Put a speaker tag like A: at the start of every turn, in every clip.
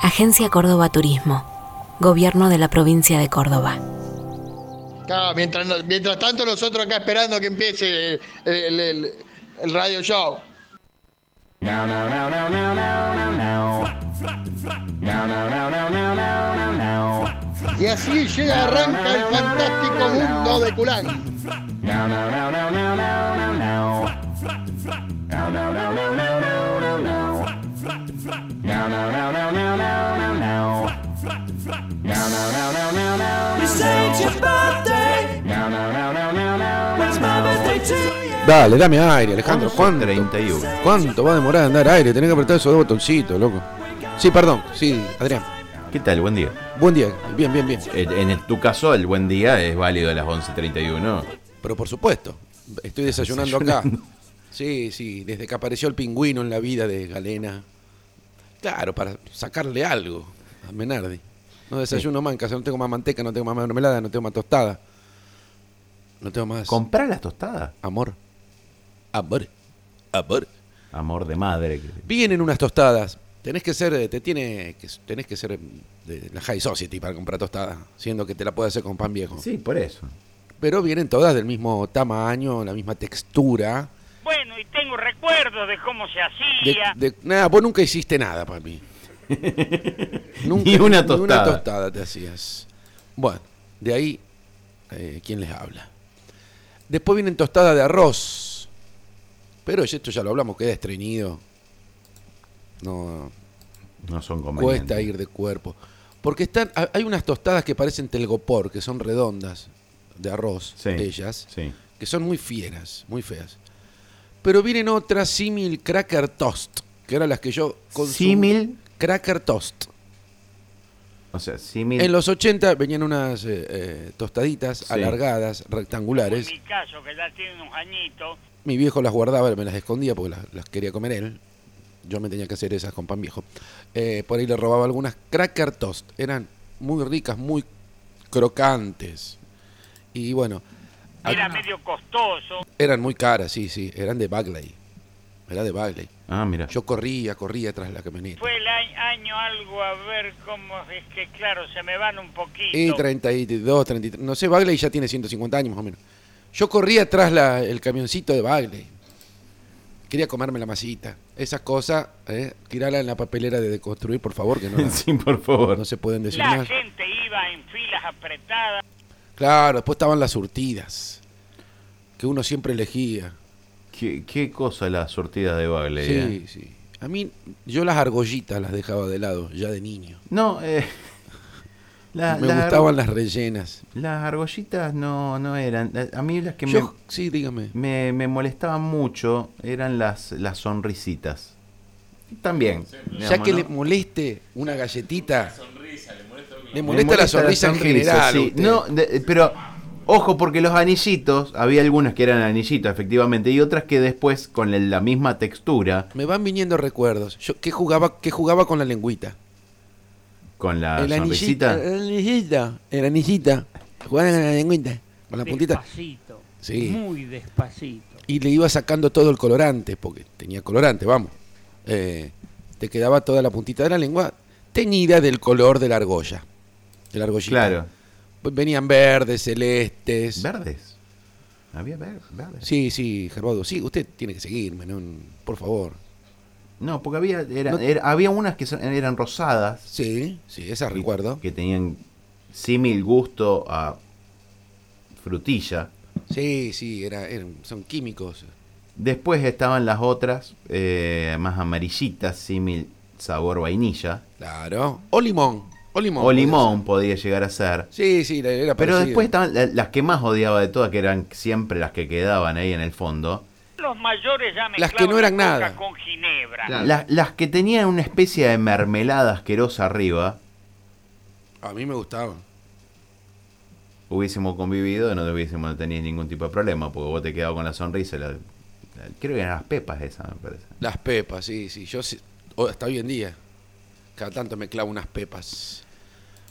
A: Agencia Córdoba Turismo, Gobierno de la Provincia de Córdoba.
B: Claro, mientras, nos- mientras tanto nosotros acá esperando que empiece el, el- el- el radio show.
C: No, no, no, no, no, no, no, no. No, no, no, no, no, no, no, no.
B: Y así llega, arranca el fantástico mundo de Culán.
C: No, no, no, no, no, no, no, no. No, no, no, no, no, no, no, no. No, no, no, no, no, no, no, no. No, no, no, no, no, no,
D: You say it's your birthday.
C: no, no, no, no, no, no.
D: It's my birthday too.
E: Dale, dame aire, Alejandro.
F: 11,
E: ¿Cuánto,
F: 31.
E: ¿Cuánto va a demorar andar aire? Tenés que apretar esos dos botoncitos, loco. Sí, perdón. Sí, Adrián.
F: ¿Qué tal? Buen día.
E: Buen día. Bien, bien, bien.
F: En, en el- tu caso, el buen día es válido a las 11.31.
E: Pero por supuesto, estoy desayunando, acá. Sí, sí, desde que apareció el pingüino en la vida de Galena. Claro, para sacarle algo a Menardi. No desayuno más en casa, no tengo más manteca, no tengo más mermelada, no tengo más tostada. No tengo más
F: ¿Comprar las tostadas?
E: amor. Amor. Amor.
F: Amor de madre.
E: Vienen unas tostadas. Tenés que ser, eh, te tiene, que, tenés que ser de la high society para comprar tostadas, siendo que te la puede hacer con pan viejo.
F: Sí, por eso.
E: Pero vienen todas del mismo tamaño, la misma textura.
G: Bueno, y tengo recuerdos de cómo se
E: De,
G: hacía.
E: de- nada, vos nunca hiciste nada para mí.
F: Ni una tostada.
E: tostada te hacías. Bueno, de ahí, eh, ¿quién les habla? Después vienen tostadas de arroz. Pero esto ya lo hablamos, queda estreñido. No,
F: No son convenientes.
E: cuesta ir de cuerpo. Porque están, ha- hay unas tostadas que parecen telgopor, que son redondas, de arroz,
F: Sí,
E: de ellas,
F: sí.
E: que son muy fieras, muy feas. Pero vienen otras simil cracker toast, que eran las que yo consumo.
F: Simil.
E: Cracker toast.
F: O sea, símil.
E: En los 80 venían unas eh, eh, tostaditas
F: Sí.
E: alargadas, rectangulares.
G: En mi caso, que ya tiene unos añitos,
E: Mi viejo las guardaba, me las escondía porque las, las quería comer él. Yo me tenía que hacer esas con pan viejo. Eh, por ahí le robaba algunas cracker toast. Eran muy ricas, muy crocantes. Y bueno,
G: era
E: ah,
G: medio costoso.
E: eran muy caras, sí, sí. Eran de Bagley. Era de Bagley.
F: Ah, mira.
E: Yo corría, corría tras la camioneta.
G: Fue el a- año algo, a ver cómo es que, claro, se me van un
E: Y
G: poquito.
E: 32, 33. No sé, Bagley ya tiene 150 años más o menos. Yo corría tras la- el camioncito de Bagley. Quería comerme la masita. Esas cosas, eh, tirala en la papelera de deconstruir, por favor, que no, la-
F: sí, por favor.
E: no se pueden decir
G: La
E: más.
G: gente iba en filas apretadas.
E: Claro, después estaban las surtidas, que uno siempre elegía.
F: ¿Qué, qué cosa la sortida de Bagley? eh?
E: Sí, sí. A mí, yo las argollitas las dejaba de lado, ya de niño.
F: No, eh. la-
E: me
F: la argo-
E: gustaban las rellenas.
F: Las argollitas no, no eran. La- A mí las que me-
E: Yo- sí, dígame.
F: me, me molestaban mucho eran las, las sonrisitas. También.
E: ya
F: digamos,
E: que
F: ¿no?
E: le moleste una galletita. Le molesta,
F: Me
E: la sonrisa en general.
F: sí.
E: usted.
F: No, de- pero ojo porque los anillitos, había algunos que eran anillitos efectivamente y otras que después con el- la misma textura,
E: Me van viniendo recuerdos. Yo, ¿qué, jugaba, ¿Qué jugaba con la lengüita?
F: con la
E: el
F: Ah, sonrisita.
E: anillita. El anillita. El anillita. Jugaba con la lengüita. Con la puntita.
H: Despacito.
E: Sí.
H: Muy despacito.
E: Y le iba sacando todo el colorante, porque tenía colorante, vamos. Eh, te quedaba toda la puntita de la lengua teñida del color de la argolla. De la argollita.
F: Claro.
E: Venían verdes, celestes.
F: Verdes. Había ver- verdes.
E: Sí, sí, Gerbaudo. Sí, usted tiene que seguirme, ¿no? por favor.
F: No, porque había era-
E: No-
F: era- había unas que son- eran rosadas
E: Sí, sí, esa
F: y-
E: recuerdo.
F: que tenían símil gusto a frutilla.
E: Sí, sí, era, eran- son químicos.
F: Después estaban las otras eh, más amarillitas, símil sabor vainilla
E: Claro. O limón. O limón.
F: o limón podía llegar a ser.
E: Sí, sí, la- era
F: Pero
E: parecido.
F: después estaban la- las que más odiaba de todas, que eran siempre las que quedaban ahí en el fondo.
G: Los mayores ya
E: Las
G: mezclaban
E: que no eran
G: coca
E: nada.
G: con ginebra.
F: Las, las que tenían una especie de mermelada asquerosa arriba,
E: A mí me gustaban.
F: hubiésemos convivido y no hubiésemos no tenías ningún tipo de problema, porque vos te quedabas con la sonrisa. y la- la- creo que eran las pepas esas, me parece.
E: Las pepas, sí, sí. Yo sí- o- hasta hoy en día. Cada tanto me clavo unas pepas.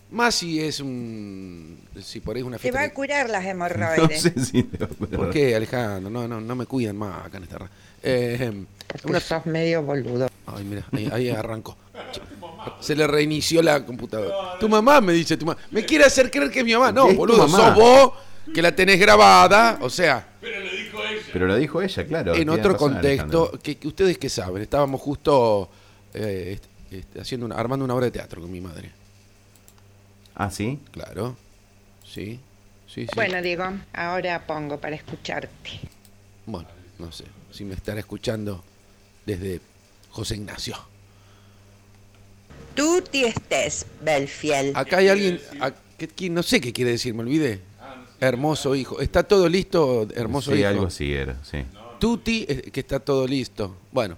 E: Más si es un. Si por ahí es una
I: Te
E: fiesta.
I: va a
E: que-
I: curar las
F: No
I: hemorroides.
F: sé si te acuerdas.
E: ¿Por qué, Alejandro? No, no, no me cuidan más acá en esta ra- Eh,
I: Porque
E: una-
I: sos medio boludo.
E: Ay, mira, ahí, ahí arrancó. Se le reinició la computadora. Tu mamá me dice, tu mamá. Me quiere hacer creer que es mi mamá. No,
F: Es tu
E: boludo,
F: mamá.
E: sos vos que la tenés grabada. O sea,
F: Pero lo dijo ella, claro.
E: en
F: tiene
E: otro
F: razón,
E: contexto,
F: Alejandro.
E: que, que ustedes que saben, estábamos justo eh, est- este, haciendo una- armando una obra de teatro con mi madre.
F: Ah, sí.
E: Claro. Sí. Sí, sí.
H: Bueno, Diego, ahora pongo para escucharte.
E: Bueno, no sé si me estará escuchando desde José Ignacio.
H: Tú estés, Belfiel.
E: Acá hay alguien, a- que- que no sé qué quiere decir, me olvidé. Hermoso hijo. ¿Está todo listo, hermoso
F: sí,
E: hijo?
F: algo así era, sí.
E: Tuti, eh, que está todo listo. Bueno,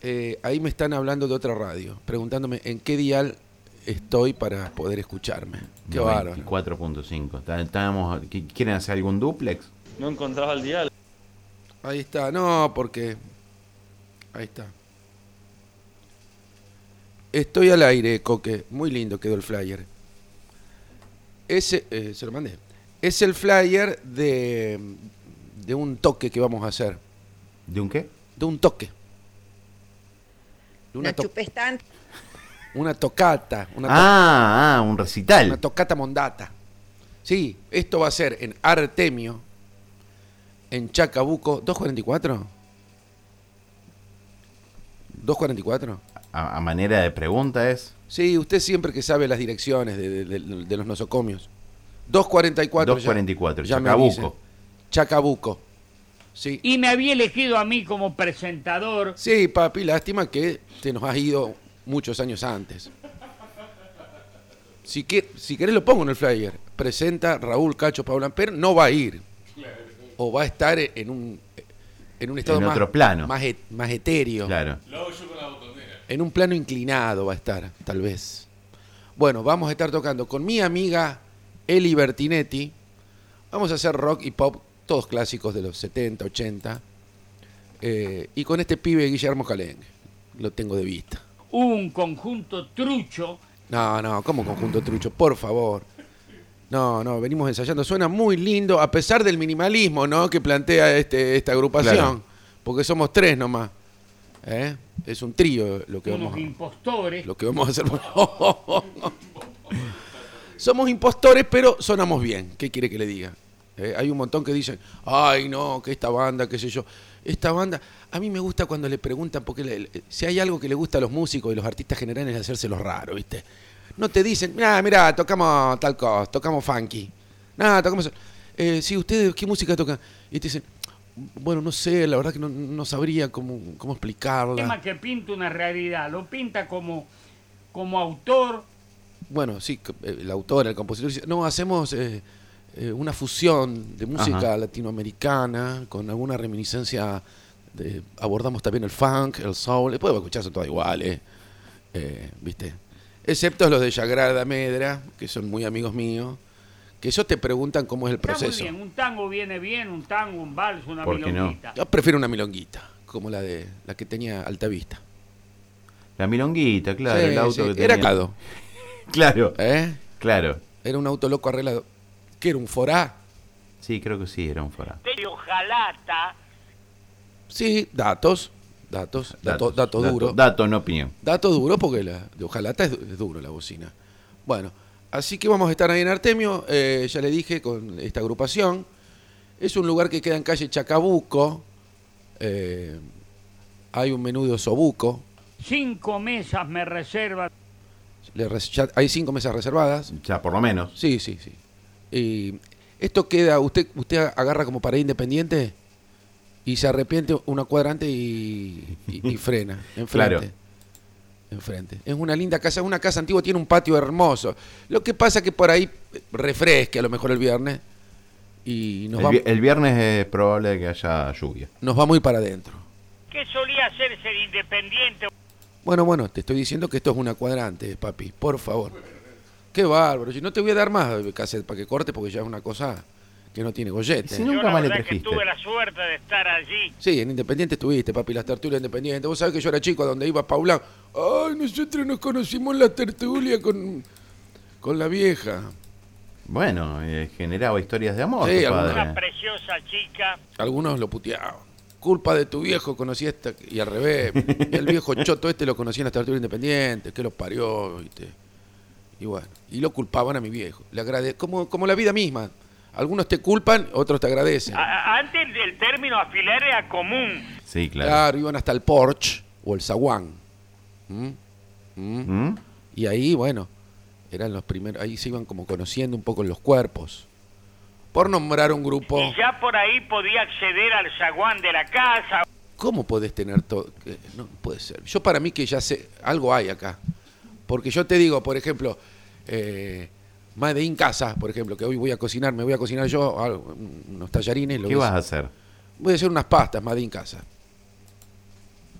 E: eh, ahí me están hablando de otra radio, preguntándome en qué dial estoy para poder escucharme. Qué bárbaro.
F: 4.5. Está- Estábamos, ¿qu- ¿Quieren hacer algún duplex?
I: No encontraba el dial.
E: Ahí está, no, porque. Ahí está. Estoy al aire, Coque. Muy lindo quedó el flyer. Ese, eh, se lo mandé. Es el flyer de, de un toque que vamos a hacer.
F: ¿De un qué?
E: De un toque. De
H: No
E: una, to-
H: chupes tanto.
E: una tocata. Una, to-
F: Ah, ah, un recital.
E: una tocata mondata. Sí, esto va a ser en Artemio, en Chacabuco. ¿244? ¿244?
F: A, a manera de pregunta es.
E: Sí, usted siempre que sabe las direcciones de, de- de- de los nosocomios. 244.
F: 244,
E: ya- ya me
F: Chacabuco.
E: dicen. Chacabuco. Sí.
G: Y me había elegido a mí como presentador.
E: sí, papi, lástima que te nos has ido muchos años antes. Si, que, si querés lo pongo en el flyer. Presenta Raúl Cacho Paulán, pero no va a ir. O va a estar en un, en un estado
F: En
E: más,
F: otro plano.
E: Más, et- más etéreo.
F: Claro.
E: En un plano inclinado va a estar, tal vez. Bueno, vamos a estar tocando con mi amiga Eli Bertinetti. Vamos a hacer rock y pop, todos clásicos de los 70, 80. Eh, y con este pibe Guillermo Calengue. Lo tengo de vista.
G: Un conjunto trucho.
E: No, no, como conjunto trucho, por favor. No, no, venimos ensayando. Suena muy lindo, a pesar del minimalismo, ¿no? Que plantea este, esta agrupación.
F: Claro.
E: Porque somos tres nomás. ¿Eh? Es un trío lo que vamos
G: Unos
E: a
G: impostores.
E: lo que vamos a hacer. Somos impostores, pero sonamos bien. ¿Qué quiere que le diga? Eh, hay un montón que dicen, ay no, que esta banda, qué sé yo. Esta banda, a mí me gusta cuando le preguntan, porque le- le- si hay algo que le gusta a los músicos y los artistas generales es hacerse los raros, ¿viste? No te dicen, mira, mira, tocamos tal cosa, tocamos funky. Nada, tocamos... Eh, sí, ustedes, ¿qué música tocan? Y te dicen, bueno, no sé, la verdad que no, no sabría cómo, cómo
G: Un
E: explicarla.
G: tema que pinta una realidad. Lo pinta como, como autor.
E: bueno, sí, c- eh, el autor, el compositor dice, no, hacemos eh, eh, una fusión de música
F: Ajá.
E: latinoamericana con alguna reminiscencia, de- abordamos también el funk, el soul, después va a escuchar, son todas iguales, eh, ¿viste? Excepto los de Yagrada Medra, que son muy amigos míos, que ellos te preguntan cómo es el
G: Está
E: proceso.
G: muy bien. Un tango viene bien, un tango, un vals, una
F: ¿Por qué no?
G: milonguita.
E: Yo prefiero una milonguita, como la de la que tenía Altavista.
F: La milonguita, claro.
E: Sí,
F: el auto
E: sí,
F: que
E: Era
F: tenía.
E: Cado,
F: Claro,
E: ¿eh?
F: claro.
E: Era un auto loco arreglado. que era? ¿Un forá?
F: Sí, creo que sí, era un fora.
G: Pero Jalata.
E: Sí, datos, datos, dato, dato duro.
F: Dato, no opinión.
E: Dato duro porque la de hojalata es, du- es duro la bocina. Bueno, así que vamos a estar ahí en Artemio, eh, ya le dije, con esta agrupación. Es un lugar que queda en calle Chacabuco. eh, hay un menú de osobuco.
G: Cinco mesas me reserva.
E: le res- ya hay cinco mesas reservadas.
F: Ya, por lo menos.
E: Sí, sí, sí. Y esto queda, usted, usted agarra como pared independiente y se arrepiente una cuadrante y, y- y frena. Enfrente.
F: Claro.
E: Enfrente. Es una linda casa, es una casa antigua, tiene un patio hermoso. Lo que pasa que por ahí refresque a lo mejor el viernes y nos,
F: El,
E: va-
F: vi- el viernes es probable que haya lluvia.
E: nos vamos a ir para adentro.
G: ¿Qué solía hacerse el independiente?
E: Bueno, bueno, te estoy diciendo que esto es una cuadrante, papi, por favor. Qué bárbaro, yo no te voy a dar más cassette para que corte porque ya es una cosa que no tiene gollete.
F: Sí, no.
G: Yo
F: Nunca
G: la
F: más le
G: verdad que
F: trajiste.
G: tuve la suerte de estar allí.
E: Sí, en Independiente estuviste, papi, las tertulias independientes. Vos sabés que yo era chico, a donde iba Paulán. Ay, nosotros nos conocimos en la tertulia con, con la vieja.
F: Bueno, eh, generaba historias de amor,
E: Sí,
F: tu
E: alguna-
F: padre.
G: Una preciosa chica.
E: Algunos lo puteaban. culpa de tu viejo conocí esta. Y al revés. Y el viejo choto este lo conocí en la estatura independiente, que lo parió, ¿viste? Y bueno, y lo culpaban a mi viejo. Le agrade- como, como la vida misma. Algunos te culpan, otros te agradecen.
G: A- a- antes del término afilar era común.
F: Sí, claro.
E: Claro. iban hasta el porch o el zaguán. ¿Mm? ¿Mm?
F: ¿Mm?
E: Y ahí, bueno, eran los primeros, ahí se iban como conociendo un poco los cuerpos. Por nombrar un grupo,
G: Y ya por ahí podía acceder al zaguán de la casa.
E: ¿cómo podés tener todo? Eh, No puede ser. Yo para mí que ya sé, algo hay acá. Porque yo te digo, por ejemplo, eh, Made in Casa, por ejemplo, que hoy voy a cocinar, me voy a cocinar yo algo, un- unos tallarines. lo
F: ¿Qué
E: voy
F: vas a hacer?
E: Voy a hacer unas pastas, Made in Casa.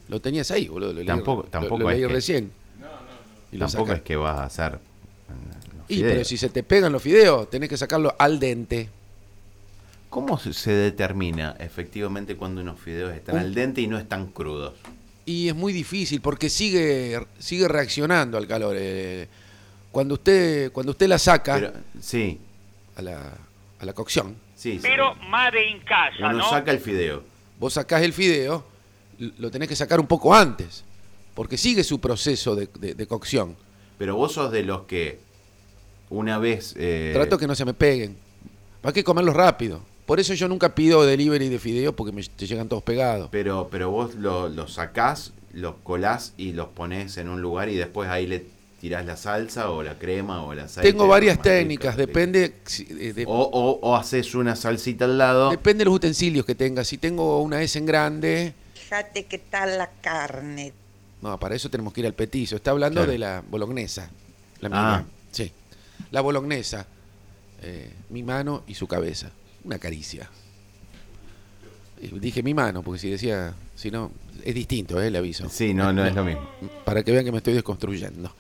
E: Lo tenías ahí, boludo. Lo leí-
F: Tampoco-
E: lo-
F: tampoco
E: lo
F: es
E: leí
F: que-
E: recién. Y lo
F: Tampoco
E: sacás.
F: es que vas a hacer. los
E: Y,
F: fideos.
E: pero si se te pegan los fideos, tenés que sacarlo al dente.
F: ¿Cómo se- se determina efectivamente cuando unos fideos están
E: Un-
F: al dente y no están crudos?
E: Y es muy difícil porque sigue, sigue reaccionando al calor. eh. Cuando usted, cuando usted la saca
F: Pero- sí,
E: a, la, a la cocción,
F: sí, sí.
G: Pero madre en casa,
F: Uno
G: ¿no?
F: saca el fideo.
E: vos sacás el fideo, l- lo tenés que sacar un poco antes, porque sigue su proceso de, de- de cocción.
F: Pero vos sos de los que una vez. eh,
E: Trato que no se me peguen. Hay que comerlos rápido. Por eso yo nunca pido delivery de fideo porque me te llegan todos pegados.
F: Pero, pero vos lo- los sacás, los colás y los ponés en un lugar y después ahí le tirás la salsa o la crema o el aceite.
E: Tengo varias
F: Más rico,
E: técnicas,
F: sí.
E: depende si- eh, de-
F: O, o, o haces una salsita al lado.
E: Depende de los utensilios que tengas. Si tengo una S en grande,
H: Fíjate qué tal la carne.
E: no, para eso tenemos que ir al petizo. Está hablando
F: Claro.
E: de la bolognesa. La
F: Ah.
E: mía. Sí. La bolognesa. Eh, mi mano y su cabeza. Una caricia. Y dije mi mano, porque si decía, si no, es distinto, eh, le aviso.
F: Sí, no, no es lo mismo.
E: Para que vean que me estoy desconstruyendo.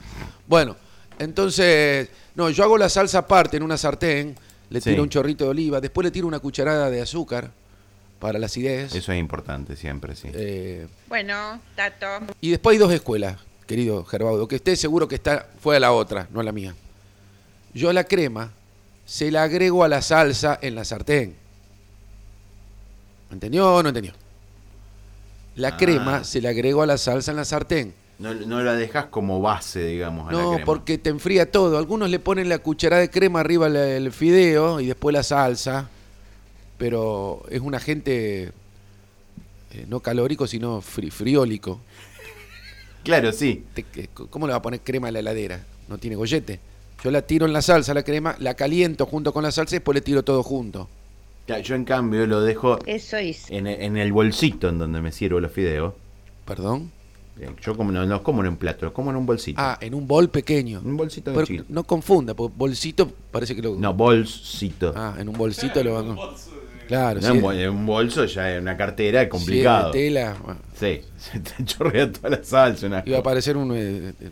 E: Bueno, entonces, no, yo hago la salsa aparte en una sartén, le
F: Sí.
E: tiro un chorrito de oliva, después le tiro una cucharada de azúcar para la acidez.
F: Eso es importante siempre, sí.
E: Eh,
H: Bueno, Tato,
E: y después hay dos escuelas, querido Gerbaudo, que esté seguro que está, fue a la otra, no a la mía. Yo la crema se la agrego a la salsa en la sartén. ¿Entendió o no entendió? La
F: Ah.
E: crema se la agrego a la salsa en la sartén.
F: No, no la dejas como base, digamos, a la
E: No,
F: crema.
E: porque te enfría todo. Algunos le ponen la cucharada de crema arriba al- al fideo y después la salsa. Pero es un agente eh, no calórico, sino fri- friólico.
F: Claro, sí.
E: Te- que- ¿Cómo le va a poner crema a la heladera? No tiene gollete. Yo la tiro en la salsa, la crema, la caliento junto con la salsa y después le tiro todo junto.
F: Ya, Yo, en cambio, lo dejo
H: eso hice.
F: en, en el bolsito en donde me sirvo los fideos.
E: ¿Perdón?
F: Eh, Yo como no los como en un plato, los como en un bolsito.
E: Ah, en un bol pequeño.
F: un bolsito de
E: Pero
F: chiquito.
E: no confunda, porque bolsito parece que lo.
F: No, bolsito.
E: Ah, en un bolsito lo van. Claro,
F: No,
E: sí. eh.
F: un, bol- un bolso ya es una cartera es complicado.
E: Sí, de tela. bueno.
F: Sí, se te chorrea toda la salsa. una
E: Iba a
F: cosa.
E: parecer un, eh, eh,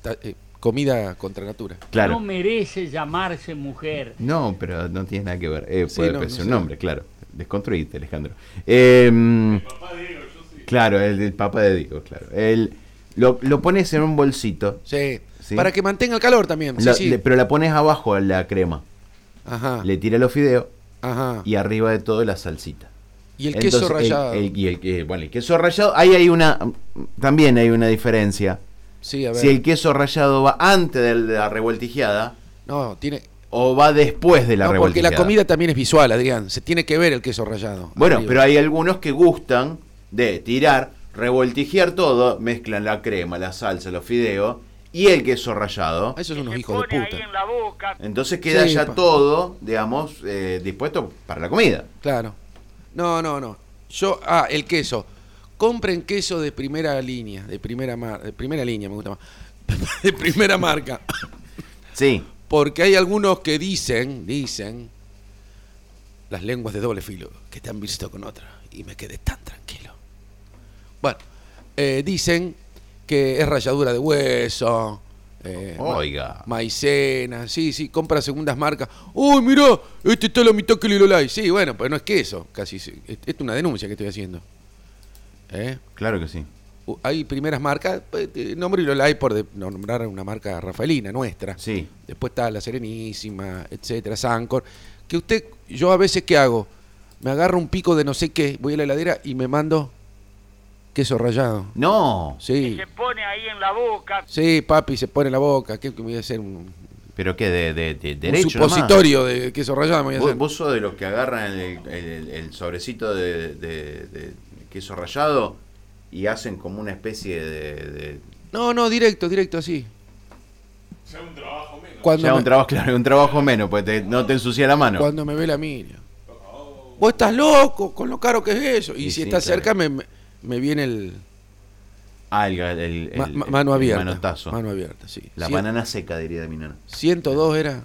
E: ta- eh, comida contra natura.
F: Claro.
G: merece llamarse mujer.
F: No, pero no tiene nada que ver. Eh,
E: Sí,
F: puede
E: no,
F: parecer
E: no
F: un
E: sé.
F: nombre, claro. Desconstruiste, Alejandro. Eh, Claro, el, el papá de Diego, claro. El, lo, lo pones en un bolsito,
E: Sí.
F: Sí.
E: Para que mantenga el calor también. Sí,
F: la-
E: sí. Ah.
F: le- pero la pones abajo a la crema.
E: Ajá.
F: Le tira los fideos
E: Ajá. Y,
F: y arriba de todo la salsita.
E: Ah. el queso
F: Entonces,
E: rallado.
F: el- y el, que- bueno, el queso rallado, ahí hay una. También hay una diferencia.
E: sí, a ver.
F: Si el queso rallado va antes de la revoltijeada
E: No, tiene.
F: o va después de la
E: no, porque
F: revoltijeada.
E: la comida también es visual, Adrián. Se tiene que ver el queso rallado.
F: Bueno,
E: arriba.
F: pero hay algunos que gustan de tirar, revoltijear todo, mezclan la crema, la salsa, los fideos y el queso rallado.
E: Esos son unos
G: Se
E: hijos de
G: pone ahí
E: puta.
G: en la boca.
F: Entonces queda
E: Sí,
F: ya
E: pa-
F: todo, digamos, eh, dispuesto para la comida.
E: Claro. No, no, no. Yo, ah, el queso. Compren queso de primera línea, de primera mar, de primera línea, me gusta más. De primera marca.
F: Sí,
E: Porque hay algunos que dicen, dicen, las lenguas de doble filo, que te han visto con otra, y me quedé tan tranquilo. Bueno, eh, dicen que es ralladura de hueso, eh,
F: Oh,
E: ma-
F: Oiga.
E: maicena, sí, sí, compra segundas marcas. ¡Uy, mirá! Este está a la mitad que el Lolay. Sí, bueno, pero no es queso, casi. se- es- es una denuncia que estoy haciendo. ¿Eh?
F: claro que sí.
E: U- Hay primeras marcas, eh, eh, nombro Lolay por de- nombrar una marca rafaelina nuestra.
F: Sí.
E: Después está la Serenísima, etcétera, Sancor. Que usted, yo a veces, ¿qué hago? me agarro un pico de no sé qué, voy a la heladera y me mando queso rallado.
F: No,
G: Y
E: Sí,
G: se pone ahí en la boca.
E: sí, papi, se pone en la boca. ¿Qué, qué voy a hacer? Un,
F: pero que de, de, de
E: un
F: derecho. nomás.
E: supositorio de queso rallado me voy a
F: ¿Vos,
E: hacer.
F: vos sos de los que agarran el, el- el sobrecito de, de- de queso rallado y hacen como una especie de. de-
E: No, no, directo, directo, así. Cuando
F: ya
E: me-
F: un trabajo, claro, un trabajo menos, pues te- no te ensucia la mano.
E: Cuando me ve la mira. Vos estás loco con lo caro que es eso. Y,
F: Y
E: si
F: sí,
E: está
F: claro.
E: cerca, me, me- me viene el,
F: Ah, el, el- el-
E: ma- ma-
F: el-
E: mano
F: el
E: abierta.
F: manotazo.
E: Mano abierta, sí.
F: La
E: Cien-
F: banana seca, diría mi nana.
E: 102 era.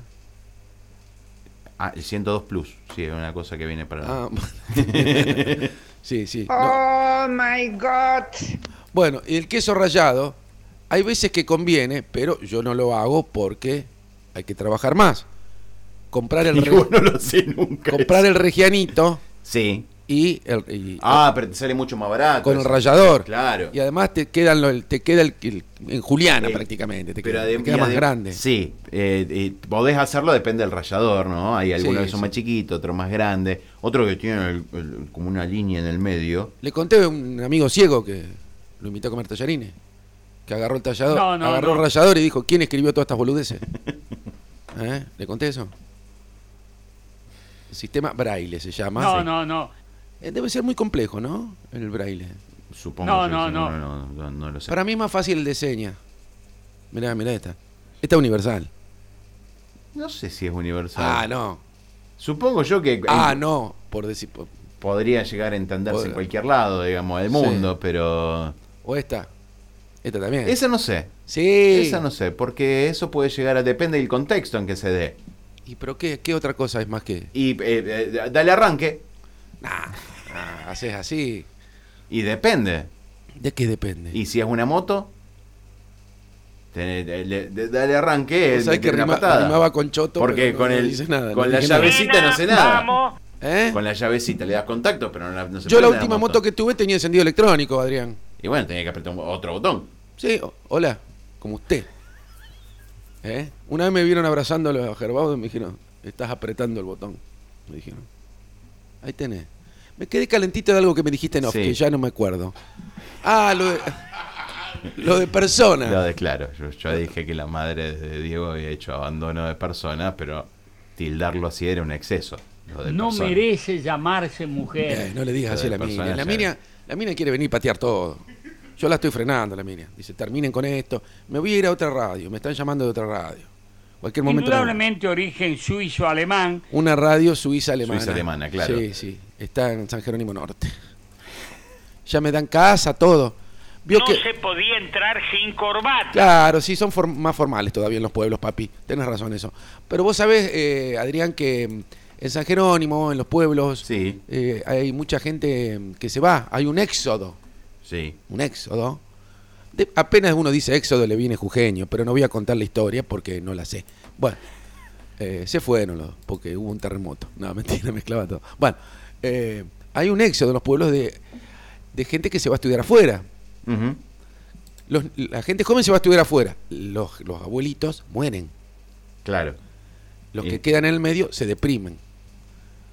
F: Ah, el 102 Plus, sí, es una cosa que viene para.
E: Ah, sí, sí. no.
H: Oh my God.
E: Bueno, y el queso rallado, hay veces que conviene, pero yo no lo hago porque hay que trabajar más. Comprar el,
F: y
E: re-
F: vos no lo sé nunca.
E: comprar el regianito
F: Sí.
E: y, el, y-
F: Ah, pero te sale mucho más barato.
E: con el
F: Eso.
E: rallador.
F: Claro.
E: Y además te quedan los- te queda el, el- en Juliana
F: Eh,
E: prácticamente, te
F: pero
E: queda,
F: adem-
E: te queda
F: y
E: más
F: adem-
E: grande.
F: Sí, eh, y podés hacerlo, depende del rallador, ¿no? Hay algunos
E: Sí,
F: que son
E: sí.
F: más chiquitos, otros más grandes, otros que tienen el- el- como una línea en el medio.
E: Le conté a un amigo ciego que lo invitó a comer tallarines, que agarró el tallador,
I: No, no,
E: agarró
I: no.
E: el rallador y dijo, ¿quién escribió todas estas boludeces? ¿Eh? ¿Le conté eso? Sistema Braille se llama.
I: No,
E: Sí.
I: no, no.
E: Eh, Debe ser muy complejo, ¿no? El braille.
F: Supongo
I: No,
F: que
I: no,
F: sí,
I: no.
F: no, no, no lo sé.
E: Para mí es más fácil el de seña. Mirá, mirá esta. Esta es universal.
F: No sé si es universal.
E: Ah, no.
F: Supongo yo que eh,
E: Ah, no. Por decir. por-
F: podría llegar a entenderse en
E: Podrá.
F: cualquier lado, digamos, del
E: Sí.
F: mundo, pero.
E: O esta. Esta también.
F: Esa no sé.
E: Sí.
F: Esa no sé, porque eso puede llegar a. Depende del contexto en que se dé.
E: ¿Y pero qué, qué otra cosa es más que.?
F: Y eh, eh, dale arranque.
E: Nah. nah, haces así.
F: Y depende.
E: ¿De qué depende?
F: Y si es una moto, tené- le- le- le- dale arranque.
E: Vos sabés que
F: metele una
E: rima-
F: patada.
E: rimaba con choto, pero
F: Porque
E: no-
F: con,
E: no
F: el,
E: dice nada, no
F: con la
E: dije nada.
F: llavecita no hace
G: Nada,
F: nada.
G: Vamos.
E: ¿Eh?
F: Con la llavecita le das contacto, pero no, la- no se
E: Yo la
F: prende
E: última moto que tuve tenía encendido electrónico, Adrián.
F: Y bueno, tenía que apretar un- otro botón.
E: Sí, o- hola, como usted. ¿Eh? Una vez me vieron abrazando a los Gerbaudos y me dijeron, estás apretando el botón. Me dijeron, ahí tenés. Me quedé calentito de algo que me dijiste no,
F: Sí.
E: que ya no me acuerdo. Ah, lo de, lo de persona.
F: Lo declaro. Yo, yo dije que la madre de Diego había hecho abandono de personas, pero tildarlo así era un exceso. lo de
I: No
F: persona.
I: merece llamarse mujer.
E: Eh, no le digas
F: Lo
E: así a la
F: de
E: mina.
F: persona
E: La
F: ya-
E: mina, la mina quiere venir a patear todo. Yo la estoy frenando, la mina. Dice, terminen con esto. Me voy a ir a otra radio. Me están llamando de otra radio. Cualquier momento. la-
I: Indudablemente origen suizo-alemán.
E: Una radio suiza alemana.
F: Suiza alemana, claro.
E: Sí, sí. Está en San Jerónimo Norte. Ya me dan casa, todo. Vio
G: no
E: que.
G: se podía entrar sin corbata.
E: Claro, sí, son form- más formales todavía en los pueblos, papi. Tenés razón eso. Pero vos sabés, eh, Adrián, que mm, en San Jerónimo, en los pueblos,
F: Sí.
E: eh, hay mucha gente mm, que se va. Hay un éxodo.
F: Sí.
E: Un éxodo. De- apenas uno dice éxodo le viene jujeño, pero no voy a contar la historia porque no la sé. Bueno, eh, se fueron los, porque hubo un terremoto. No, mentira, mezclaba todo. Bueno, eh, hay un éxodo en los pueblos de, de gente que se va a estudiar afuera.
F: Ujú.
E: Los- la gente joven se va a estudiar afuera. Los, los abuelitos mueren.
F: Claro.
E: Los
F: Y-
E: que quedan en el medio se deprimen.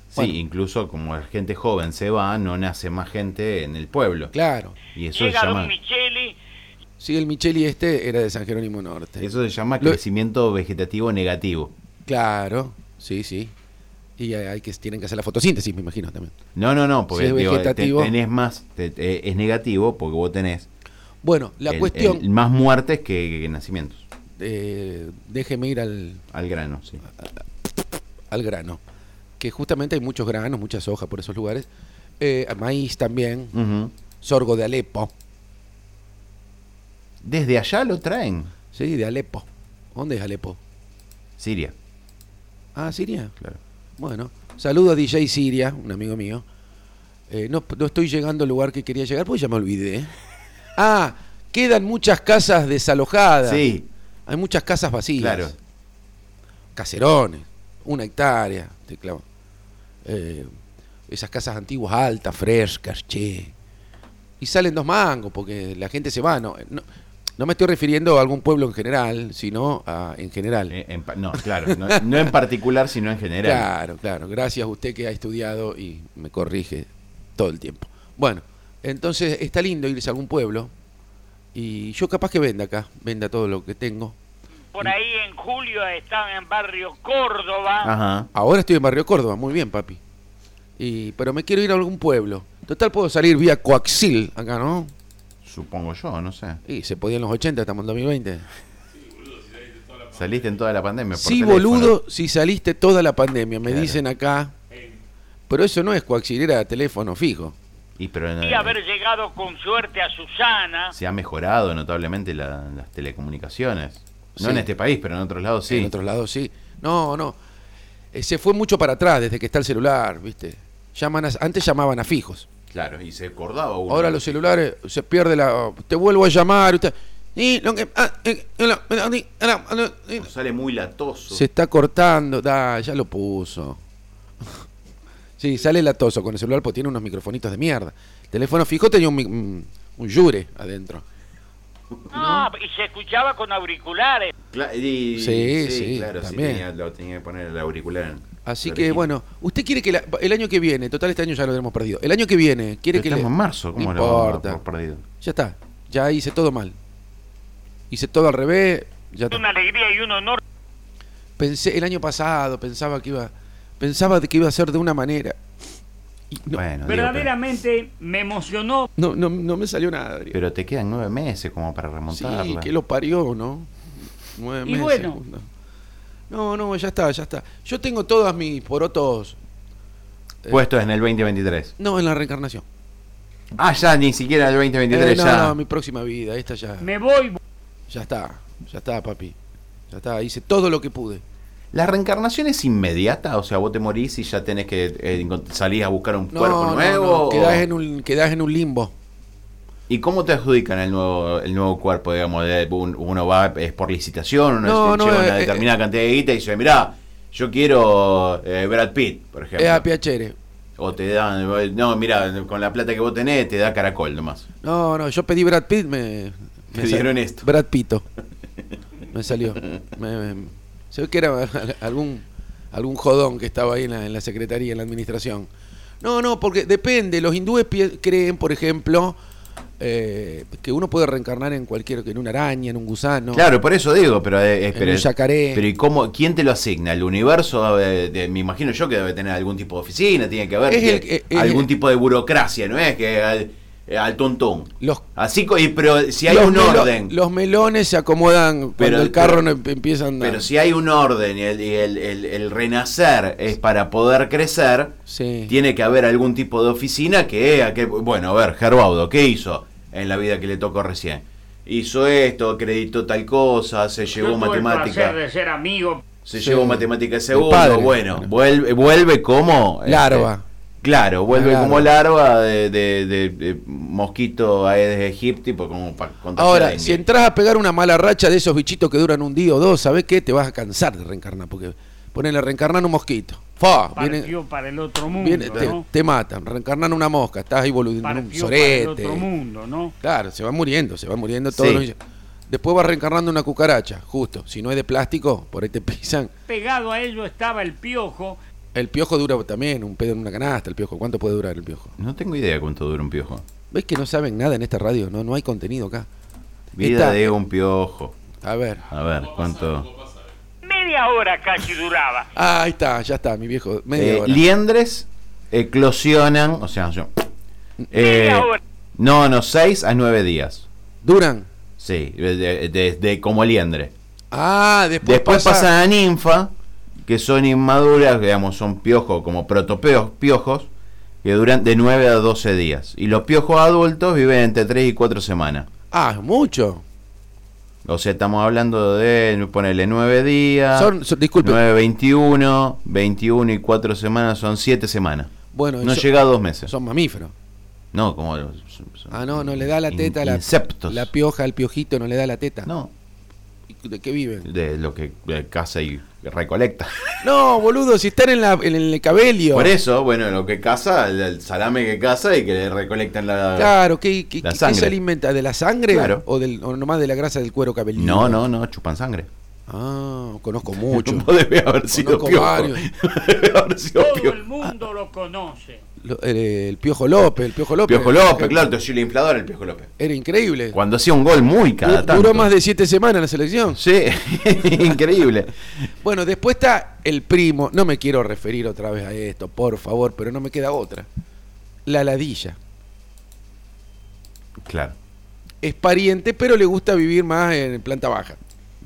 F: Sí,
E: Bueno.
F: incluso como la gente joven se va, no nace más gente en el pueblo.
E: Claro.
F: Y eso se
G: Llega
F: llama,
G: Don Micheli.
E: Sí, el Micheli este era de San Jerónimo Norte.
F: eso se llama
E: Lo-
F: crecimiento vegetativo negativo.
E: Claro, sí, sí. Y hay hay que tienen que hacer la fotosíntesis, me imagino también.
F: No, no, no, porque
E: Si es
F: digo, te-
E: vegetativo.
F: tenés más, te- te- es negativo porque vos tenés
E: Bueno, la
F: el-
E: cuestión.
F: el- más muertes que, que nacimientos.
E: eh, déjeme ir al,
F: Al grano, sí.
E: al grano. Que justamente hay muchos granos, muchas hojas por esos lugares. Eh, maíz también,
F: Ujú.
E: sorgo de Alepo.
F: Desde allá lo traen.
E: Sí, de Alepo. ¿Dónde es Alepo?
F: Siria,
E: Ah, Siria.
F: claro.
E: Bueno, saludo a DJ Siria, un amigo mío. Eh, no, no estoy llegando al lugar que quería llegar, pues ya me olvidé. Ah, quedan muchas casas desalojadas.
F: Sí,
E: Hay muchas casas vacías.
F: claro.
E: caserones, una hectárea, te clavo. Eh, esas casas antiguas altas, frescas, che. Y salen dos mangos porque la gente se va, no, no, No me estoy refiriendo a algún pueblo en general, sino a, en general.
F: Eh, en pa- no, claro, no, no en particular, sino en general.
E: Claro, claro. Gracias a usted que ha estudiado y me corrige todo el tiempo. Bueno, entonces está lindo irse a algún pueblo y yo capaz que venda acá, venda todo lo que tengo.
G: Por ahí en julio estaba en barrio Córdoba.
F: Ajá.
E: Ahora estoy en Barrio Córdoba, muy bien, papi. Y, pero me quiero ir a algún pueblo. Total, puedo salir vía Coaxil acá, ¿no?
F: Supongo yo, no sé.
E: Y se podía en los 80, estamos en 2020.
F: Saliste en toda la pandemia. por
E: Sí,
F: teléfono.
E: boludo, si saliste toda la pandemia, me
F: Claro.
E: dicen acá. Pero eso no es coaxil, era teléfono fijo.
F: Y pero no-
G: Y haber llegado con suerte a Susana.
F: se ha mejorado notablemente la- las telecomunicaciones. No
E: Sí.
F: en este país, pero en otros lados sí.
E: En otros lados sí. No, no. Eh, se fue mucho para atrás desde que está el celular, ¿viste? Llaman a- antes llamaban a fijos.
F: Claro, y se acordaba uno.
E: Ahora los celulares se pierde la. oh, Te vuelvo a llamar. usted- y lo que- ah, eh, hola, hola, hola, hola, hola, eh.
F: Sale muy latoso.
E: Se está cortando. Da, ya lo puso. Sí, sale latoso con el celular porque tiene unos microfonitos de mierda. El teléfono fijo tenía un, mi- un, un yure adentro.
F: Ah.
G: No, y se escuchaba con auriculares.
F: Cla- y-
E: Sí, sí,
F: claro,
E: también.
F: sí tenía, lo tenía que poner el auricular.
E: Así
F: Lo
E: que
F: original.
E: bueno, usted quiere que la- el año que viene, total este año ya lo tenemos perdido. El año que viene quiere
F: Pero
E: que le-
F: estamos en marzo, ¿cómo
E: no
F: lo vamos a
E: importa.
F: dar por perdido?
E: Ya está, ya hice todo mal. Hice todo al revés, ya está.
G: Una alegría y un honor.
E: pensé el año pasado pensaba que iba pensaba de que iba a ser de una manera. Y no,
F: bueno, digo, pero,
I: Verdaderamente me emocionó
E: no, no, no me salió nada. Adrián.
F: pero te quedan nueve meses como para remontarla.
E: Sí, que lo parió, ¿no? Nueve
I: Y
E: meses,
I: bueno.
E: Gustavo. No, no, ya está, ya está. Yo tengo todas mis porotos. eh,
F: Puesto en el 2023.
E: No, en la reencarnación.
F: Ah, ya, ni siquiera en el 2023
E: Eh, no,
F: ya.
E: no, mi próxima vida, esta ya.
I: Me voy.
E: Ya está, ya está, papi. Ya está, hice todo lo que pude.
F: ¿La reencarnación es inmediata? O sea, vos te morís y ya tenés que eh, encont- salís a buscar un
E: No,
F: cuerpo
E: no,
F: nuevo.
E: no,
F: o-
E: Quedás, en un, quedás en un limbo.
F: ¿Y cómo te adjudican el nuevo, el nuevo cuerpo? Digamos, de- un- uno va, es por licitación, uno
E: No,
F: es-
E: no,
F: lleva una
E: eh,
F: determinada cantidad de guita y dice, mirá, yo quiero eh, Brad Pitt, por ejemplo.
E: Es a piachere.
F: O te dan, no, mirá, con la plata que vos tenés, te da caracol nomás.
E: No, no, yo pedí Brad Pitt, me.
F: Te
E: me sal-
F: dieron esto.
E: Brad Pito. Me salió. Me- me- se ve que era algún, algún jodón que estaba ahí en la, en la secretaría, en la administración. No, no, porque depende. Los hindúes pi- creen, por ejemplo, eh, que uno puede reencarnar en cualquier. en una araña, en un gusano.
F: Claro, por eso digo, pero, eh, eh,
E: En
F: pero-
E: un yacaré.
F: pero ¿y cómo, quién te lo asigna? ¿El universo? eh, de- me imagino yo que debe tener algún tipo de oficina, tiene que haber
E: Es el-
F: que-
E: eh, eh,
F: algún
E: eh.
F: tipo de burocracia, ¿no es? Que al, eh, al tontón.
E: Los-
F: Así, co- y, pero si hay
E: los
F: un
E: melo-
F: orden,
E: Los melones se acomodan
F: Pero-
E: cuando el carro
F: pero-
E: no em- empieza a andar.
F: pero si hay un orden y el, y el- el- el renacer es para poder crecer,
E: Sí.
F: tiene que haber algún tipo de oficina que, a que- bueno, a ver, Gerbaudo, ¿qué hizo en la vida que le tocó recién? Hizo esto, acreditó tal cosa, se llevó
I: Yo tuve el
F: matemática.
I: placer de ser amigo.
F: Se
E: Sí.
F: llevó matemática de segundo,
E: padre.
F: bueno,
E: Bueno.
F: vuelve, vuelve como... este,
E: Larva.
F: claro, vuelve
E: Una
F: como
E: larva.
F: larva de, de- de- de mosquito aedes aegypti, pues como para
E: Ahora, si entras a pegar una mala racha de esos bichitos que duran un día o dos, ¿sabés qué? Te vas a cansar de reencarnar, porque ponele reencarnar un mosquito. Fa,
I: Partió
E: viene-
I: para el otro mundo,
E: viene- te,
I: ¿no?
E: te matan, reencarnan una mosca, estás ahí boludo en un
I: Partió para el
E: sorete.
I: otro mundo, ¿no?
E: Claro, se va muriendo, se va muriendo todo.
F: Sí.
E: Después vas reencarnando una cucaracha, justo. Si no es de plástico, por ahí te pisan.
I: Pegado a ello estaba el piojo.
E: El piojo dura también, un pedo en una canasta, el piojo. ¿Cuánto puede durar el piojo?
F: No tengo idea cuánto dura un piojo.
E: ¿Ves que no saben nada en esta radio? No, no hay contenido acá.
F: Vida
E: Está-
F: de un piojo.
E: A ver.
F: A ver, ¿cuánto?
G: Media hora casi duraba.
E: Ah, ahí está, ya está, mi viejo. Media
F: Eh,
E: hora.
F: liendres eclosionan, o sea, yo... eh,
G: hora.
F: no, no, 6 a 9 días.
E: Duran.
F: Sí, desde como liendre.
E: Ah, después,
F: Después
E: pasa-
F: pasan a ninfa, que son inmaduras, digamos, son piojos, como protopeos, piojos, que duran de 9 a 12 días. Y los piojos adultos viven entre 3 y 4 semanas.
E: Ah, mucho.
F: O sea, estamos hablando de, ponerle 9 días,
E: Son, son- disculpe.
F: 9, 21, 21 y 4 semanas son 7 semanas.
E: Bueno,
F: No
E: yo-
F: llega a 2 meses.
E: Son mamíferos.
F: No, como... son- son
E: Ah, no, no le da la
F: in-
E: teta a la,
F: Insectos.
E: la pioja al piojito, no le da la teta.
F: No,
E: ¿Y ¿De qué viven?
F: de lo que eh, caza y recolecta.
E: No, boludo, si están en, la, en el cabello.
F: Por eso, bueno, lo que caza, el, el salame que caza y que le recolectan la...
E: Claro, ¿qué, qué,
F: La
E: qué- qué
F: sangre.
E: se alimenta? ¿De la sangre?
F: Claro.
E: O, del, ¿O nomás de la grasa del cuero cabelludo?
F: No, no, no, chupan sangre.
E: Ah, conozco mucho.
F: Vos debés haber sido
E: Conozco
F: piojo.
E: varios.
F: Debés haber sido
I: Todo
F: piojo.
I: el mundo lo conoce.
E: Lo- el, el Piojo López, el Piojo López.
F: Piojo López, claro, te soy el inflador el Piojo López.
E: Era increíble.
F: Cuando hacía un gol muy cada
E: Du-
F: tanto.
E: Duró más de siete semanas en la selección.
F: Sí, increíble.
E: Bueno, después está el primo. No me quiero referir otra vez a esto, por favor, pero no me queda otra. La ladilla.
F: Claro.
E: Es pariente, pero le gusta vivir más en planta baja.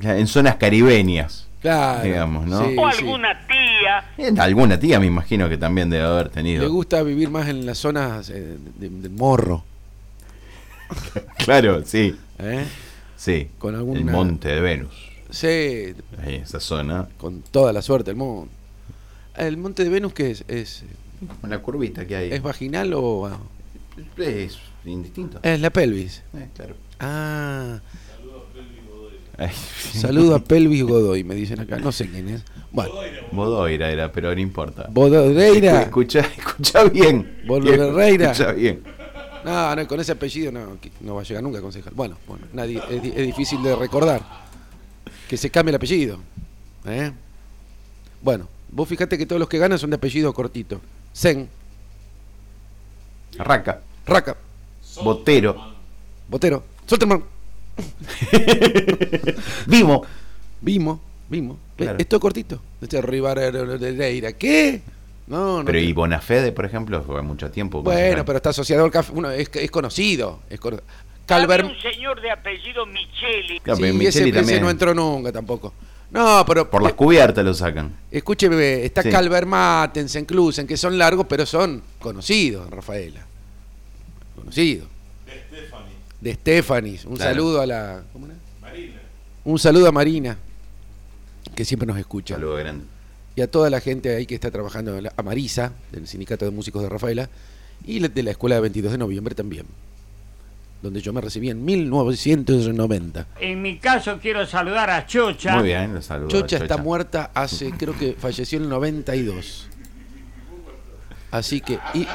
F: En zonas caribeñas.
E: Claro.
F: Digamos, ¿no?
E: Sí,
G: O
E: sí.
G: alguna tía.
F: En alguna tía me imagino que también debe haber
E: Le
F: tenido.
E: gusta vivir más en las zonas eh, de- del morro.
F: Claro, sí,
E: ¿eh?
F: sí.
E: Con alguna-
F: El monte de Venus.
E: Sí,
F: Ahí, esa zona.
E: con toda la suerte del mundo. ¿El monte de Venus qué es? ¿Es,
F: Con la curvita que hay.
E: es vaginal o.?
F: Es indistinto.
E: Es la pelvis.
F: Eh, claro.
E: Ah,
F: Ay,
E: saludo a Pelvis Godoy, me dicen acá. No sé quién es. Bueno,
F: Bodoira era, pero no importa.
E: Bodoreira.
F: Escucha, escucha bien.
E: Bodoreira.
F: Escucha bien.
E: No, no, con ese apellido no, que no va a llegar nunca a concejal. Bueno, bueno nadie, es, di- es difícil de recordar que se cambie el apellido. ¿eh? Bueno, vos fijate que todos los que ganan son de apellido cortito. Zen,
F: Arranca.
E: Raca,
F: Botero.
E: Botero, Solterman,
F: Vimo.
E: Vimo, Vimo. ¿Ves?
F: Claro.
E: Es todo cortito. Este Rivadereira, ¿qué? No, no.
F: Pero
E: te-
F: y Bonafede, por ejemplo, fue mucho tiempo.
E: Bueno, pero está asociado al café. Uno es, es conocido. Es cono-
G: Había
E: Calver.
G: un señor de apellido Micheli.
F: Claro,
E: Sí, ese,
F: pero Micheli
E: ese
F: también.
E: no entró nunca tampoco. No, pero.
F: Por las
E: eh,
F: cubiertas lo sacan.
E: Escúcheme, está
F: Sí.
E: Calver Matensen, Clusen, que son largos, pero son conocidos, Rafaela. Conocidos. De Stefanis. De Stefanis. Un
F: Claro.
E: saludo a la. ¿cómo era? Un saludo a Marina, que siempre nos escucha.
F: Saludo grande.
E: y a toda la gente ahí que está trabajando, a Marisa, del Sindicato de Músicos de Rafaela, y la- de la Escuela de 22 de Noviembre también, donde yo me recibí en 1990.
I: En mi caso quiero saludar a Chocha.
F: Muy bien, lo saludo.
E: Chocha está muerta hace, creo que falleció en el 92. Así que... y-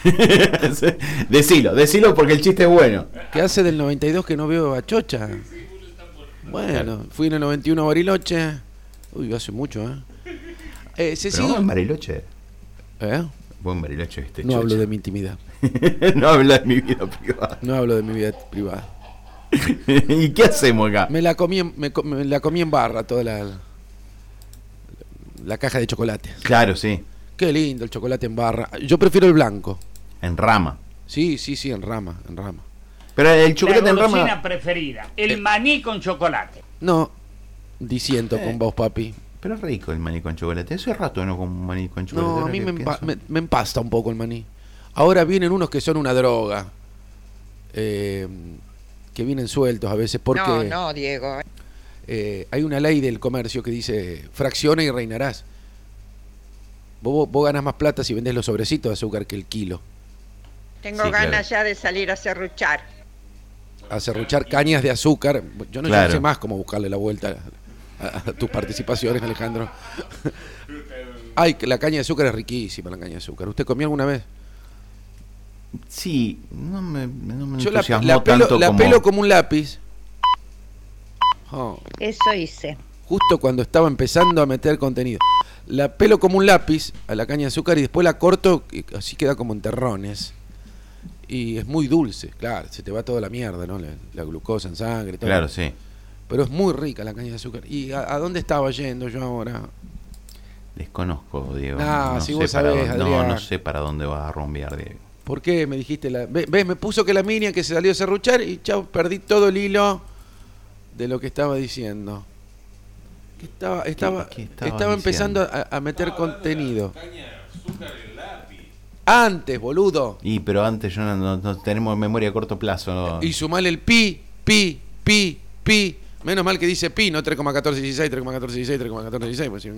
F: decilo, decilo porque el chiste es bueno.
E: ¿Qué hace del 92 que no veo a Chocha? Bueno, fui en el 91 a Bariloche. Uy, hace mucho, ¿eh? Eh, se
F: Pero
E: sigue-
F: buen Bariloche.
E: ¿Eh?
F: Buen Bariloche este
E: No hablo
F: Chocha.
E: de mi intimidad.
F: no habla de mi vida privada.
E: No hablo de mi vida privada.
F: ¿Y qué hacemos acá?
E: Me la comí en, me, co- me la comí en barra toda la, la caja de chocolate.
F: Claro, sí.
E: Qué lindo el chocolate en barra. Yo prefiero el blanco.
F: En rama.
E: Sí, sí, sí, en rama, en rama.
F: Pero el chocolate
I: la
F: en
I: golosina
F: rama. Eh.
I: preferida. El maní con chocolate.
E: No, disiento
F: Eh.
E: con vos, papi.
F: Pero es rico el maní con chocolate. Hace rato no como maní con chocolate.
E: No, a
F: ahora
E: mí
F: que
E: me, empa-
F: pienso.
E: me- me empasta un poco el maní. Ahora vienen unos que son una droga. eh, que vienen sueltos a veces porque...
H: No, no, Diego.
E: Eh, hay una ley del comercio que dice fracciona y reinarás. Vos, vos ganás más plata si vendés los sobrecitos de azúcar que el kilo.
H: Tengo
F: Sí,
H: ganas
F: claro.
H: ya de salir a serruchar.
E: A cerruchar cañas de azúcar. Yo no, yo no
F: Claro.
E: sé más cómo buscarle la vuelta a, a tus participaciones, Alejandro. Ay, que la caña de azúcar es riquísima, la caña de azúcar. ¿Usted comió alguna vez?
F: Sí, no me, no me
E: Yo la,
F: entusiasmó
E: la pelo,
F: tanto
E: la
F: como...
E: pelo como un lápiz. Oh.
H: Eso hice.
E: justo cuando estaba empezando a meter contenido. La pelo como un lápiz a la caña de azúcar y después la corto, y así queda como en terrones. Y es muy dulce, claro, se te va toda la mierda, ¿no? La, la glucosa en sangre, todo.
F: Claro, sí.
E: Pero es muy rica la caña de azúcar. ¿Y a, a dónde estaba yendo yo ahora?
F: Desconozco, Diego.
E: Ah, si vos
F: para
E: sabés,
F: dónde- no,
E: Adrián.
F: no sé para dónde vas a rumbear, Diego.
E: ¿Por qué me dijiste la.? ve- ¿Ves? Me puso que la minia que se salió a serruchar y chao, perdí todo el hilo de lo que estaba diciendo. Que estaba, estaba,
F: qué
E: estaba,
F: estaba
E: empezando a, a meter contenido. Antes, boludo.
F: Y pero antes yo no, no- no tenemos memoria a corto plazo. ¿no?
E: Y sumale el pi, pi, pi, pi. Menos mal que dice pi, no 3,1416, 3,1416, 3,1416. pues, si-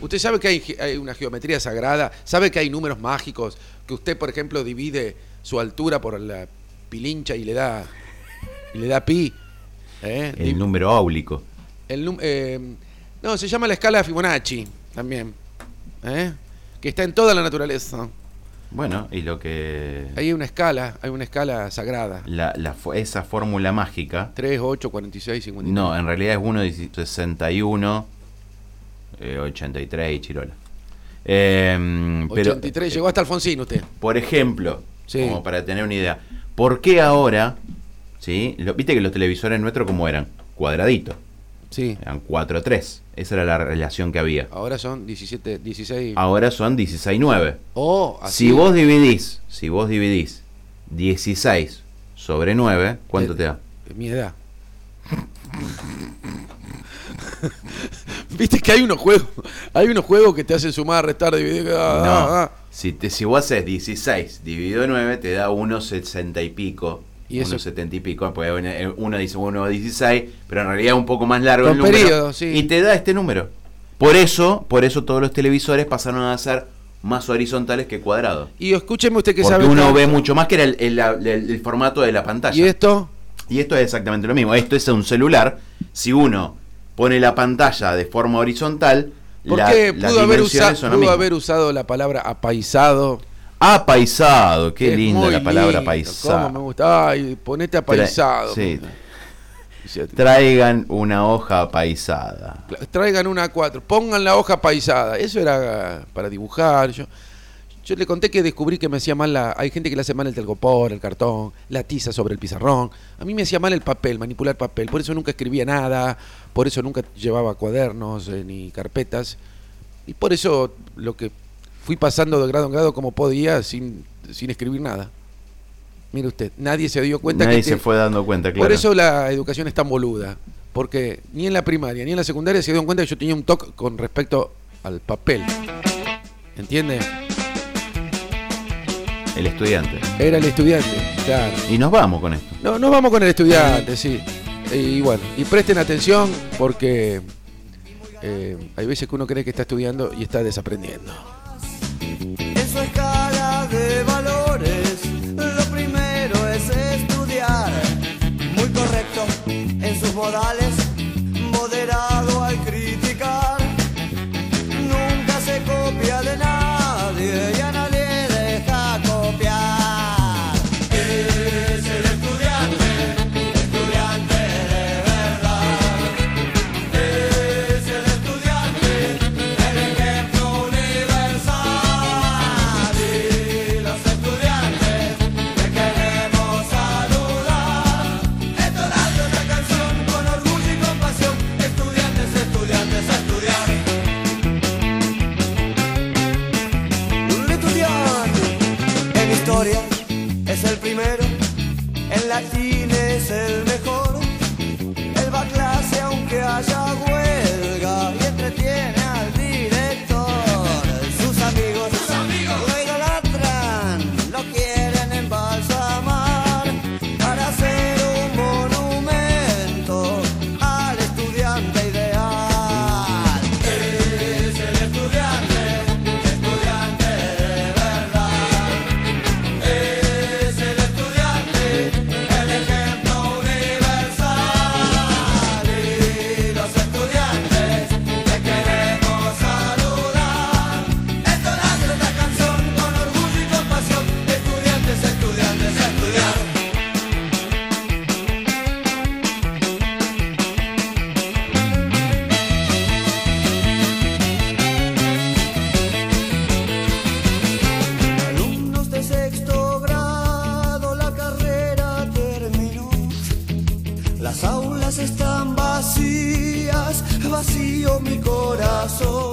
E: Usted sabe que hay, ge- hay una geometría sagrada, sabe que hay números mágicos, que usted, por ejemplo, divide su altura por la pilincha y le da, y le da pi. ¿eh?
F: El número áulico.
E: El num- eh, no, se llama la escala Fibonacci también. ¿eh? Que está en toda la naturaleza.
F: Bueno, y lo que.
E: Hay una escala, hay una escala sagrada.
F: La, la fu- esa fórmula mágica.
E: 3, 8, 46, 53.
F: No, en realidad es 1, 10, 61, eh, 83 y Chirola. Eh, pero,
E: 83, llegó hasta Alfonsín usted.
F: por ejemplo,
E: Sí.
F: como para tener una idea, ¿por qué ahora, sí, lo- viste que los televisores nuestros como eran? Cuadraditos,
E: Sí.
F: eran 4-3, esa era la relación que había.
E: Ahora son 17, 16.
F: Ahora son 16-9.
E: Oh, así.
F: Ah, Si vos dividís, si vos dividís 16 sobre 9, ¿cuánto
E: Eh,
F: te da?
E: Mi edad. Viste que hay unos juegos. Hay unos juegos que te hacen sumar, restar, dividir. ah,
F: No.
E: ah, ah.
F: Si, te, si vos haces 16 dividido 9, te da 1,60 y pico.
E: Y eso-
F: 1,70 y pico. Porque uno- uno dice 1,16, pero en realidad es un poco más largo
E: Con
F: el número.
E: periodo, sí.
F: Y te da este número. Por eso, por eso todos los televisores pasaron a ser más horizontales que cuadrados.
E: Y escúcheme usted que
F: Porque
E: sabe.
F: uno
E: tanto.
F: ve mucho más que era el, el- el- el formato de la pantalla.
E: Y esto.
F: Y esto es exactamente lo mismo. Esto es un celular. Si uno pone la pantalla de forma horizontal,
E: ¿Por
F: la-
E: qué
F: las
E: pudo, haber,
F: dimensiones
E: usa-
F: son las
E: pudo
F: mismas.
E: haber usado la palabra apaisado?
F: Apaisado, qué
E: Es
F: linda
E: muy
F: la palabra
E: lindo,
F: apaisado.
E: cómo me gusta. Ay, ponete apaisado.
F: sí.
E: Sí.
F: Traigan una hoja apaisada.
E: Traigan una a cuatro, pongan la hoja paisada. Eso era para dibujar. Yo, yo le conté que descubrí que me hacía mal la. Hay gente que le hace mal el telgopor, el cartón, la tiza sobre el pizarrón. A mí me hacía mal el papel, manipular papel. Por eso nunca escribía nada, por eso nunca llevaba cuadernos eh, ni carpetas. Y por eso lo que fui pasando de grado en grado como podía sin, sin escribir nada. Mire usted, nadie se dio cuenta
F: Nadie
E: que
F: se
E: te-
F: fue dando cuenta, claro.
E: por eso la educación es tan boluda. Porque ni en la primaria ni en la secundaria se dieron cuenta que yo tenía un toque con respecto al papel. ¿Entiende?
F: El estudiante.
E: Era el estudiante, claro.
F: Y nos vamos con esto.
E: No, nos vamos con el estudiante, sí. Y bueno, y presten atención porque eh, hay veces que uno cree que está estudiando y está desaprendiendo.
D: En su escala de valores, lo primero es estudiar. Muy correcto en sus modales, moderado al criticar. Nunca se copia de nadie y a nadie deja copiar. Es el estudiante, estudiante de verdad. Es el estudiante, el ejemplo universal. Y los estudiantes te queremos saludar. Entonando esta canción con orgullo y compasión. Estudiantes, estudiantes, a estudiar. Un estudiante en historia es el primero, en latín es el mejor. Él va a clase aunque haya huelga y entretiene al director. Sus amigos, sus amigos lo idolatran, lo quieren embalsamar para hacer un monumento al estudiante ideal. Es el estudiante, estudiante de verdad. Es el estudiante, el ejemplo universal. Y los estudiantes te queremos saludar. Entonando esta canción con orgullo y compasión. Estudiantes, estudiantes, estudiar. Alumnos de sexto grado, la carrera terminó. Las aulas están vacías, vacío mi corazón.